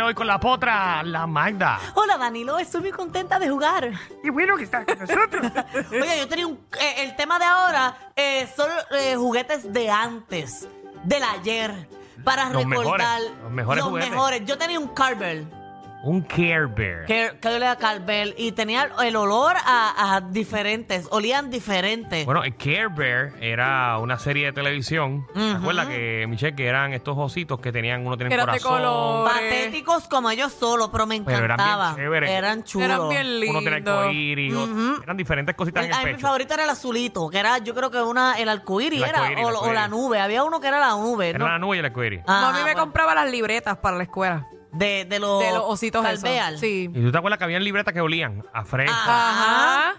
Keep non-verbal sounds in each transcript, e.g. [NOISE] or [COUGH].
hoy con la potra, la Magda. Hola Danilo, estoy muy contenta de jugar. Y bueno que está con nosotros. Oye, yo tenía un, eh, el tema de ahora eh, son eh, juguetes de antes, del ayer, para Los recordar mejores, los mejores juguetes. mejores. Yo tenía un Carvel, [LAUGHS] Un Care Bear. que, que yo le era Carvel, y tenía el olor a, a diferentes, olían diferentes. Bueno, el Care Bear era una serie de televisión. ¿Te acuerdas que, Michelle, que eran estos ositos que tenían, uno tenía Que un eran de corazón, color. Patéticos eh, como ellos solos, pero me Pero eran bien encantaba. chéveres. chulos. Eran bien uno tenía lindos. arcoíris, otro- eran diferentes cositas El- en a mí el mi pecho. favorito era el azulito, que era, yo creo que una, el arcoíris El era, arcoíris, o, el o la arcoíris. nube. Había uno que era la nube, Era ¿no? Ah. la nube y el arcoíris. No, a mí me bueno. compraba las libretas para la escuela. De, de los, de los ositos Calveal. esos. Sí. ¿Y tú te acuerdas que habían libretas que olían a Ah, fresca? Ajá. Ajá.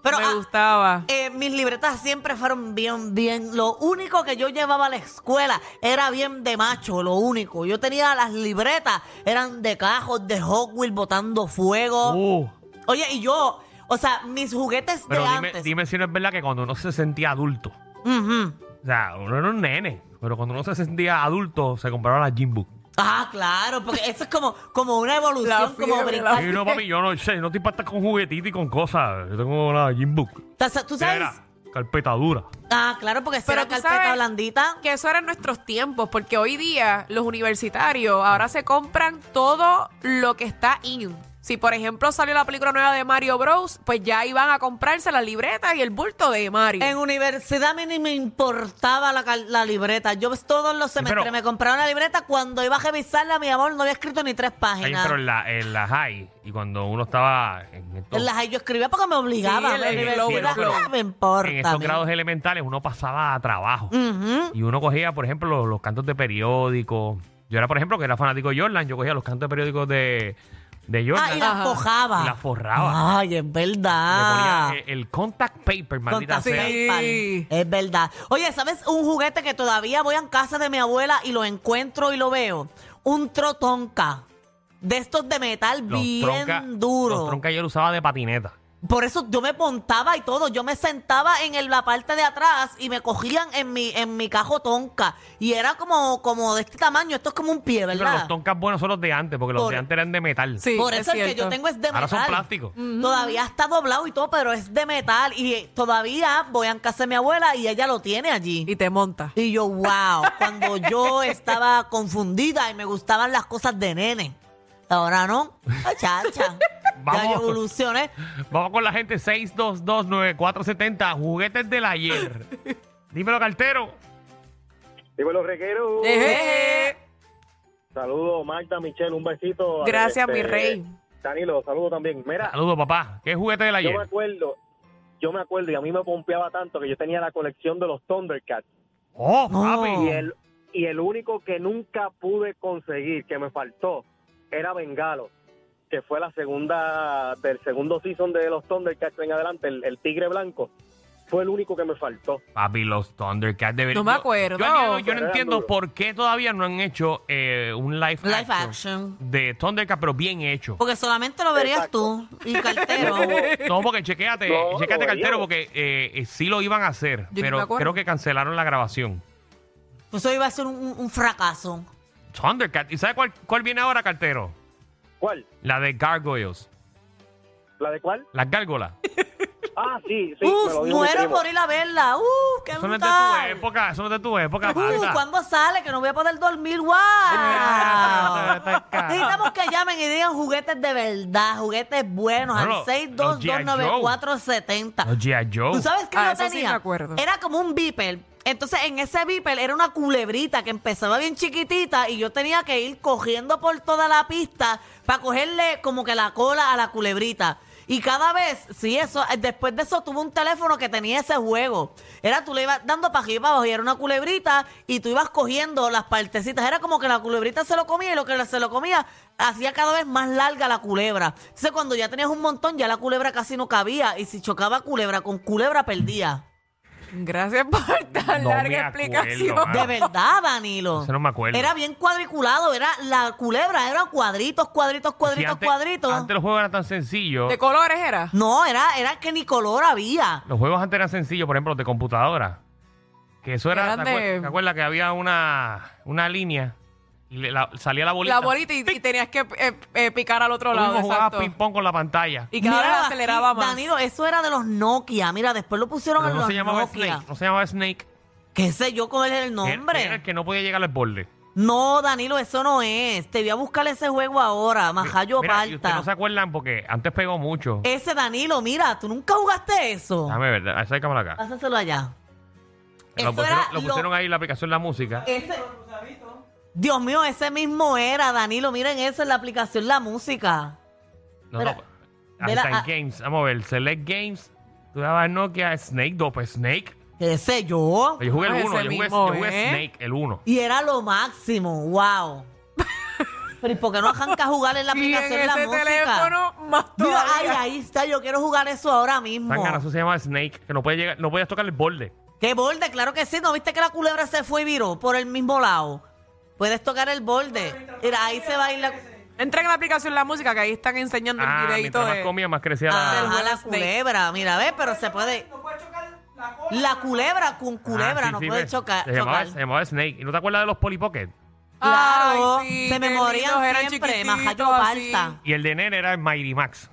Pero me ah, gustaba. eh, mis libretas siempre fueron bien, bien. Lo único que yo llevaba a la escuela era bien de macho, lo único. Yo tenía las libretas, eran de cajos, de Hot Wheels botando fuego. Uh, Oye, y yo, o sea, mis juguetes pero de dime, antes. dime si no es verdad que cuando uno se sentía adulto, Ujú. o sea, uno era un nene, pero cuando uno se sentía adulto, se compraba la Jimbo. Ah, claro, porque eso es como, como una evolución, como fiebre, brincar. Y no, papi, yo no sé, no te impactas con juguetitos y con cosas. Yo tengo la Jimbo. Ta- sa- ¿Tú sabes? Era carpeta dura. Ah, claro, porque si Pero era tú carpeta sabes blandita. Que eso era en nuestros tiempos, porque hoy día los universitarios ahora se compran todo lo que está in. Si, por ejemplo, salió la película nueva de Mario Bros., pues ya iban a comprarse la libreta y el bulto de Mario. En universidad a mí ni me importaba la, cal- la libreta. Yo todos los semestres pero- me compraba una libreta. Cuando iba a revisarla, mi amor, no había escrito ni tres Ahí, páginas. pero en la, en la high, y cuando uno estaba en estos, En las ahí yo escribía porque me obligaba. Sí, en la- en en la el universidad, overflow. ah, me en importa. a estos mí. grados elementales, uno pasaba a trabajo. Ujú. Y uno cogía, por ejemplo, los, los cantos de periódico. Yo era, por ejemplo, que era fanático de Jordan, yo cogía los cantos de periódicos de, de Jordan Ah, y la Ajá. cojaba. y la forraba. Ay, es Le verdad. ponía eh, el, contact paper, maldita Ah. Contact sea. paper. PayPal. Sí. Es verdad. Oye, ¿sabes un juguete que todavía voy a casa de mi abuela y lo encuentro y lo veo? Un trotonca. De estos de metal bien tronca- duro. Los troncas yo lo usaba de patineta. Por eso yo me montaba y todo. Yo me sentaba en el- la parte de atrás y me cogían en mi, en mi cajo tonca. Y era como, como de este tamaño. Esto es como un pie, Pero los ¿verdad? toncas buenos son los de antes, porque los Por- de antes eran de metal. Sí, Por es eso el que cierto. yo tengo es de Ahora metal. son plásticos. Todavía está doblado y todo, pero es de metal. Y todavía voy a casa de mi abuela y ella lo tiene allí. Y te monta. Y yo, wow, cuando yo estaba confundida y me gustaban las cosas de nene. Ahora no, chacha. Ya yo Vamos. evolucioné. Vamos con la gente 6229470, juguetes del [LAUGHS] ayer. Dímelo, cartero. Digo los regueros. Eh. Ejeje. Este, Saludos, Magda, Michelle, un besito. Este, Gracias, mi rey. Danilo, saludos también. Mira, Saludos, papá. ¿Qué juguete del yo me ayer? acuerdo, yo me acuerdo y a mí me pompeaba tanto que yo tenía la colección de los Thundercats Oh, No. y papi. el y el único que nunca pude conseguir, que me faltó, era Bengalo, que fue la segunda del segundo season de los Thundercats en adelante, el, el Tigre Blanco. Fue el único que me faltó. Papi, los Thundercats de No me acuerdo. Yo, yo no- yo Pero no eran entiendo duros. por qué todavía no han hecho eh, un live, Live action, action. de Thundercats, pero bien hecho. Porque solamente lo verías tú y cartero. [LAUGHS] No, porque chequéate, No, lo chequéate, cartero, veíamos. porque eh, eh, sí lo iban a hacer, Yo ni me pero acuerdo. creo que cancelaron la grabación. Pues eso iba a ser un, un- un fracaso. Thundercats. ¿Y sabes cuál, cuál viene ahora, cartero? ¿Cuál? La de Gargoyles. ¿La de cuál? Las gárgolas. Ah, sí, sí. me lo Uf, dijo mi muero primo. por ir a verla. Uh, qué Eso no es de tu brutal. época, eso no es de tu época, Uh, Magda. [LAUGHS] ¿cuándo sale? Que no voy a poder dormir. ¡Wow! Necesitamos que llamen y digan juguetes de verdad, juguetes buenos, No, al los- los G.I. Joe. 6229470. Los G.I. Joe. ¿Tú sabes qué Ah, yo eso sí tenía? me acuerdo. Era como un beeper. Entonces, en ese beeper era una culebrita que empezaba bien chiquitita y yo tenía que ir cogiendo por toda la pista para cogerle como que la cola a la culebrita. Y cada vez, sí, eso, eh, después de eso tuve un teléfono que tenía ese juego. Era tú le ibas dando para arriba y para abajo y era una culebrita y tú ibas cogiendo las partecitas. Era como que la culebrita se lo comía y lo que se lo comía hacía cada vez más larga la culebra. Entonces cuando ya tenías un montón, ya la culebra casi no cabía y si chocaba culebra con culebra perdía. Gracias por tan No me larga acuerdo, explicación. mano. De verdad, Danilo. Ese Ah, no me acuerdo. Era bien cuadriculado, era la culebra, era cuadritos, cuadritos, Si cuadritos, antes, cuadritos. Antes los juegos eran tan sencillos. ¿De colores era? No, era, era que ni color había. Los juegos antes eran sencillos, por ejemplo, los de computadora. Que eso era. Eran ¿te, acuer- de- te acuerdas que había una, una línea le- la- salía la bolita. La bolita y, y tenías que eh, eh, picar al otro Tú mismo lado. jugabas exacto. ping-pong con la pantalla. Y cada vez Mira, aceleraba aquí, más. Danilo, eso era de los Nokia. Mira, después lo pusieron Pero en no los se llamaba Nokia. Snake. No se llamaba Snake. ¿Qué sé yo cuál es el nombre? Era el que no podía llegar al borde. No, Danilo, eso no es. Te voy a buscar ese juego ahora, Majayo Mira, y ustedes Balta. no se acuerdan porque antes pegó mucho. Ese Danilo, mira, tú nunca jugaste eso. Dame ver, acércamela acá. Pásaselo allá. Lo Eso pusieron, era lo lo- pusieron ahí en la aplicación La Música. Ese- Dios mío, ese mismo era, Danilo. Miren eso en la aplicación La Música. No, Mira, no. Ahí vela, está en ah. Games. Vamos a ver. Select Games. Tú dabas Nokia Snake 2. Pues Snake. ¿Qué sé yo? Yo jugué el Pues 1. ese Yo jugué, mismo, yo jugué ¿eh? Snake, el 1. Y era lo máximo, wow. Pero ¿y por qué no arranca a jugar en la Y en aplicación La ese Música? teléfono, más Mira, todavía. ay, ahí está, yo quiero jugar eso ahora mismo. Tangana, eso se llama Snake. Que no, puede llegar, no podías tocar el borde. ¿Qué borde? Claro que sí. ¿No viste que la culebra se fue y viró por el mismo lado? Puedes tocar el borde. Mira, ahí se baila. Entren a la aplicación La Música, que ahí están enseñando Ah, el videito mientras más de... comía, más crecía la. Ah, Ajá, la Snake. culebra. Mira, ve, pero se puede. La culebra con culebra Ah, sí, no sí, puede ves. chocar. Se llamaba, chocar. se llamaba Snake. ¿Y no te acuerdas de los Polly Pocket? Claro, Ay, sí, se me qué morían lindos, eran siempre, chiquititos, majayo así. palta. Y el de nene era el Mighty Max.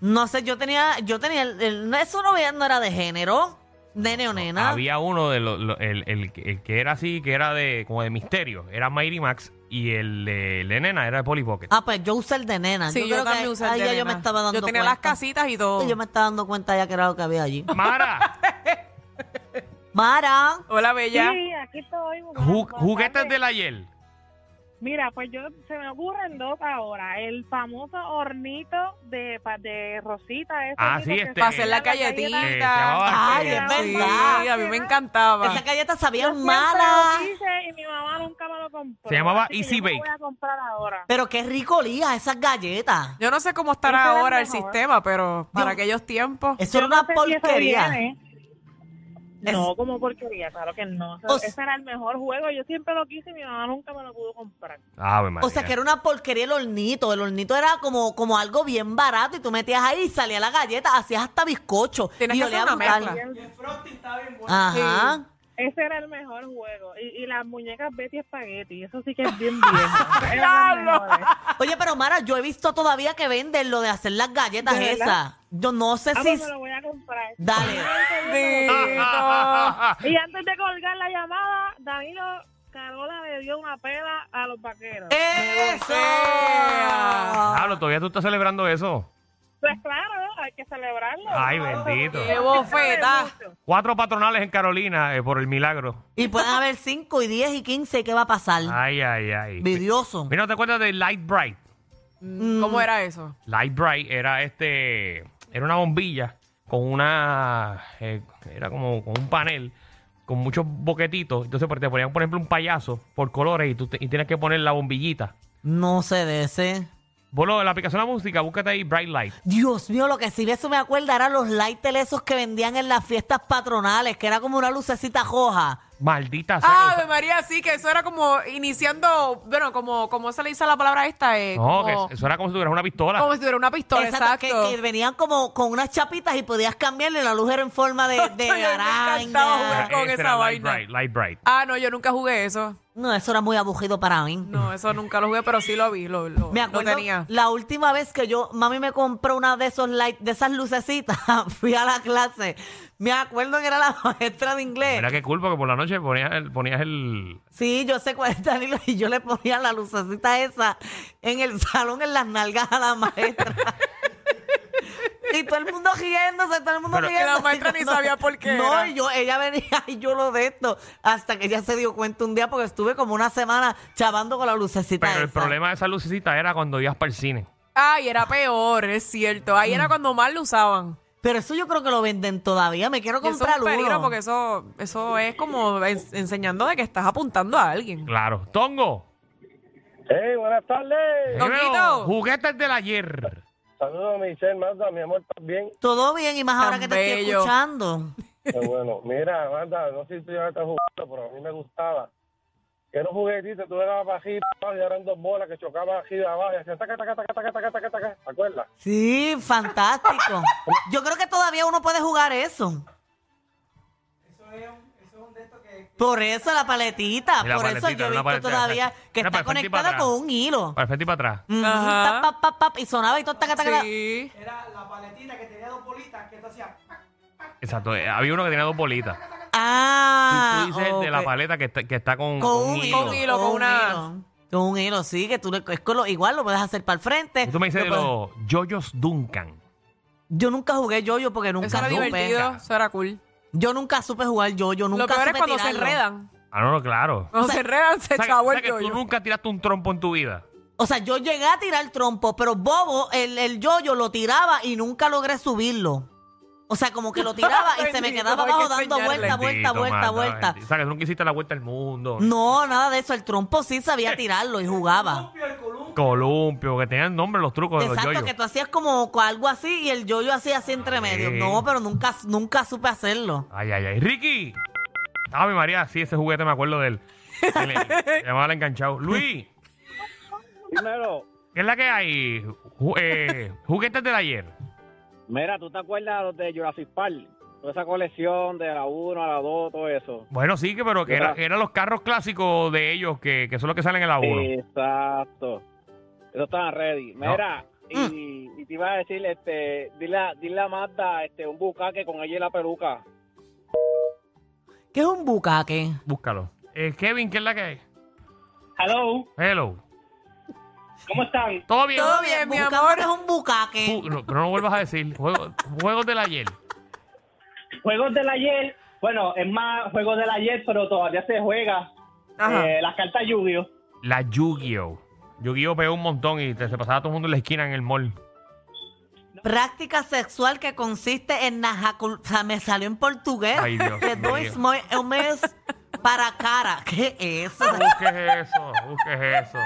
No sé, yo tenía, yo tenía, el- el- eso no, veía- no era de género, nene o nena. Había uno de los- lo- el, el- el que era así, que era de como de misterio. Era Mighty Max. Y el de, el de nena era el Polly [LAUGHS] Pocket. Ah, pues yo usé el de nena. Sí, yo, creo que también usé el ahí de ya yo nena. me estaba dando Yo tenía las cuenta. casitas y todo. Yo me estaba dando cuenta ya que era lo que había allí. Mara, Mara, Hola, Bella. Sí, aquí estoy. jugando. ju- Buenas juguetes tardes. del ayer. Mira, pues yo se me ocurren dos ahora. El famoso hornito de, pa- de Rosita. ese Ah, tipo sí, que este- se Para hacer la llama galletita. Eh, se llamaba- Ay, es Sí, verdad. a mí me encantaba. esas galletas Yo sabían siempre malas. lo quise y mi mamá nunca me lo compró. Se llamaba así que Easy yo me lo Bake. voy a comprar ahora. Pero qué rico olía esas galletas. Yo no sé cómo estará Ese era el ahora el mejor. sistema, pero para aquellos tiempos. Eso Yo era una no sé si eso porquería. viene. No, como porquería, claro que no. O sea, O sea- ese era el mejor juego. Yo siempre lo quise y mi mamá nunca me lo pudo comprar. Ave Ah, pues, María. O sea que era una porquería el hornito. El hornito era como, como algo bien barato y tú metías ahí y salía la galleta, hacías hasta bizcocho. Tienes y que hacer olía una brutal. mezcla. Ajá. Ese era el mejor juego. Y, y las muñecas Betty Spaghetti, eso sí que es bien viejo. Eran las mejores. Ah, Oye, pero Mara, yo he visto todavía que venden lo de hacer las galletas ¿De verdad? esas. Yo no sé Ah, si. pues me lo voy a comprar. Ah, pues Dale. Bendito. Y antes de colgar la llamada, Danilo Carola le dio una pela a los vaqueros. ¡Eso! ¡Ea! Pablo, todavía tú estás celebrando eso. Pues claro, hay que celebrarlo. Ay, Claro, bendito. porque Qué hay que saber bofeta. mucho. Cuatro patronales en Carolina eh, por el milagro. Y pueden haber 5 y 10 y 15. ¿Qué va a pasar? Ay, ay, ay. Vidioso. Mira, ¿te acuerdas de Light Bright? ¿Cómo era eso? Light Bright era este, era una bombilla con una, eh, era como con un panel con muchos boquetitos. Entonces pues, te ponían, por ejemplo, un payaso por colores y tú te- y tienes que poner la bombillita. No sé de ese. Vos lo- la aplicación de la música, búscate ahí Bright Light. Dios mío, lo que sí eso me acuerda eran los lighters esos que vendían en las fiestas patronales, que era como una lucecita roja. Maldita sea. Ah, que Ave usa- María, sí, que eso era como iniciando, bueno, como, como se le dice la palabra esta, eh, No, como, que eso era como si tuvieras una pistola. como si tuviera una pistola, exacto. Que, que venían como con unas chapitas y podías cambiarle la luz era en [LAUGHS] forma de, de Yo me encantaba araña. jugar. con Ese esa este Light vaina. Bright, Light Bright. Ah, no, yo nunca jugué eso. No, eso era muy aburrido para mí. No, eso nunca lo jugué, pero sí lo vi, lo, lo, Me lo acuerdo tenía. la última vez que yo, mami me compró una de esos light, de esas lucecitas, [LAUGHS] fui a la clase. Me acuerdo que era la [LAUGHS] maestra de inglés. Mira qué culpa que por la noche ponías el, ponías el Sí, yo sé cuál es Danilo y yo le ponía la lucecita esa en el salón, en las nalgas a la [LAUGHS] maestra. y todo el mundo riéndose, todo el mundo Pero- riéndose. Y la maestra ni sabía por qué No, era. y yo, ella venía y yo lo de esto, hasta que ella se dio cuenta un día porque estuve como una semana chavando con la lucecita Pero el esa. problema de esa lucecita era cuando ibas para el cine. Ay, era peor, es cierto. Ahí era cuando más lo usaban. Pero eso yo creo que lo venden todavía, me quiero Y Eso es comprar un peligro uno. porque eso, eso es como ens- enseñando de que estás apuntando a alguien. Claro. Tongo. Hey, buenas tardes. Tonguito. Dímelo, Juguetes del ayer. Saludos a Michelle Mazda, mi amor, ¿estás bien? Todo bien y más Tan ahora que te estoy bello. escuchando. Qué bueno. [LAUGHS] Mira, Mazda, no sé si tú ya estás jugando, pero a mí me gustaba. Que era un juguetito, tú eras bajito, abajo, y eran dos bolas que chocaban aquí de abajo y hacían taca, taca, taca, taca, taca, taca, taca. ¿Te acuerdas? Sí, fantástico. Yo creo que todavía uno puede jugar eso. Por eso la paletita, Y la por paletita, eso yo he una visto paletita, todavía exacto. que Era está para frente y para conectada atrás. con un hilo. Para el frente y para atrás. Ujú, Ajá. tap, pap, pap, pap, y sonaba y todo taca, taca, taca. Sí. Exacto. eh, Había uno que tenía dos bolitas. Ah, tú, tú dices el de la ok. paleta que está, que está con, con con un hilo. Con hilo, con una- hilo. Con un hilo, sí, que tú le- es con lo- igual lo puedes hacer para el frente. Tú me dices Lo de puedes- los yoyos Duncan. Yo nunca jugué yo-yo porque nunca Eso era supe. divertido, eso era cool. Yo nunca supe jugar yo-yo, nunca Lo peor es supe cuando se tirarlo. enredan. Ah, no, no, claro. Cuando se enredan, se O sea, que- chavó o sea el que tú yoyo. nunca tiraste un trompo en tu vida. O sea, yo llegué a tirar trompo, pero bobo, el, el yo-yo lo tiraba y nunca logré subirlo. O sea, como que lo tiraba y se me Bendito, quedaba hay que abajo dando enseñarle. vuelta, vuelta, Bendito, vuelta, manda, vuelta. bendito. O sea, que tú nunca hiciste la vuelta al mundo. No, nada de eso. El trompo sí sabía tirarlo y jugaba. Columpio, que tenían nombre los trucos de los Exacto, yoyos. que tú hacías como algo así y el yo-yo hacía así entre medio. Sí. No, pero nunca, nunca supe hacerlo. Ay, ay, ay. ¡Ricky! Ave María, sí, ese juguete me acuerdo de él. Se le- se llamaba el enganchado. Luis, Primero, ¿qué es la que hay? Ju- eh, juguetes del ayer. mira, ¿tú te acuerdas los de Jurassic Park? Toda esa colección de la 1 a la 2, todo eso. Bueno, sí, que pero que era- Era- eran los carros clásicos de ellos, que, que son los que salen en la 1. Exacto. Eso estaba ready. No. Mm. Mira, y, y te iba a decir, este, dile, a- dile a Magda este, un bucaque con ella y la peluca. ¿Qué es un bucaque? Búscalo. Eh, Kevin, ¿qué es la que hay? Hello, Hello. ¿cómo están? ¿Todo bien? Todo bien, mi Buscando amor. que es un bucaque. Tú- no, pero no vuelvas a decir. Juego- juegos del ayer. Juegos del ayer, bueno, es más juegos del ayer, pero todavía se juega. Eh, Eh, Ajá. las cartas lluvio. La Yu-Gi-Oh! Yu-Gi-Oh! pegó un montón y te- se pasaba todo el mundo en la esquina en el mall. Práctica sexual que consiste en najacul... O sea, me salió en portugués. Ay, [LAUGHS] Dios Le doy mío. mo- un mes para cara. ¿Qué es eso? Busques eso, busques eso.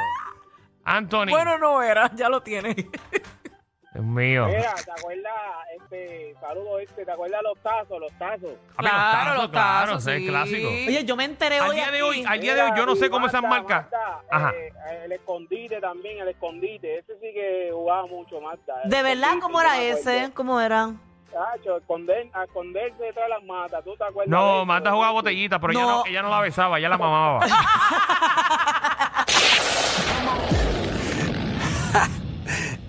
Anthony. Bueno, no era, ya lo tiene. Dios mío. Mira, ¿te acuerdas? Este, saludo este, ¿te acuerdas los tazos? Los tazos. Papi, los Claro, tazos, los claro, tazos, ese es sí. clásico. Oye, yo me enteré Al hoy día de aquí. hoy, al día de hoy, yo no sé cómo esas marcas. Ajá. eh, el escondite también, el escondite. Ese sí que jugaba mucho, Marta. ¿De verdad cómo era ese? ¿Cómo eran? Cacho, esconder, a esconderse detrás de las matas. ¿Tú te acuerdas? de No, eso? Marta jugaba botellita, pero Ella, No. no, ella no la besaba, ella la mamaba.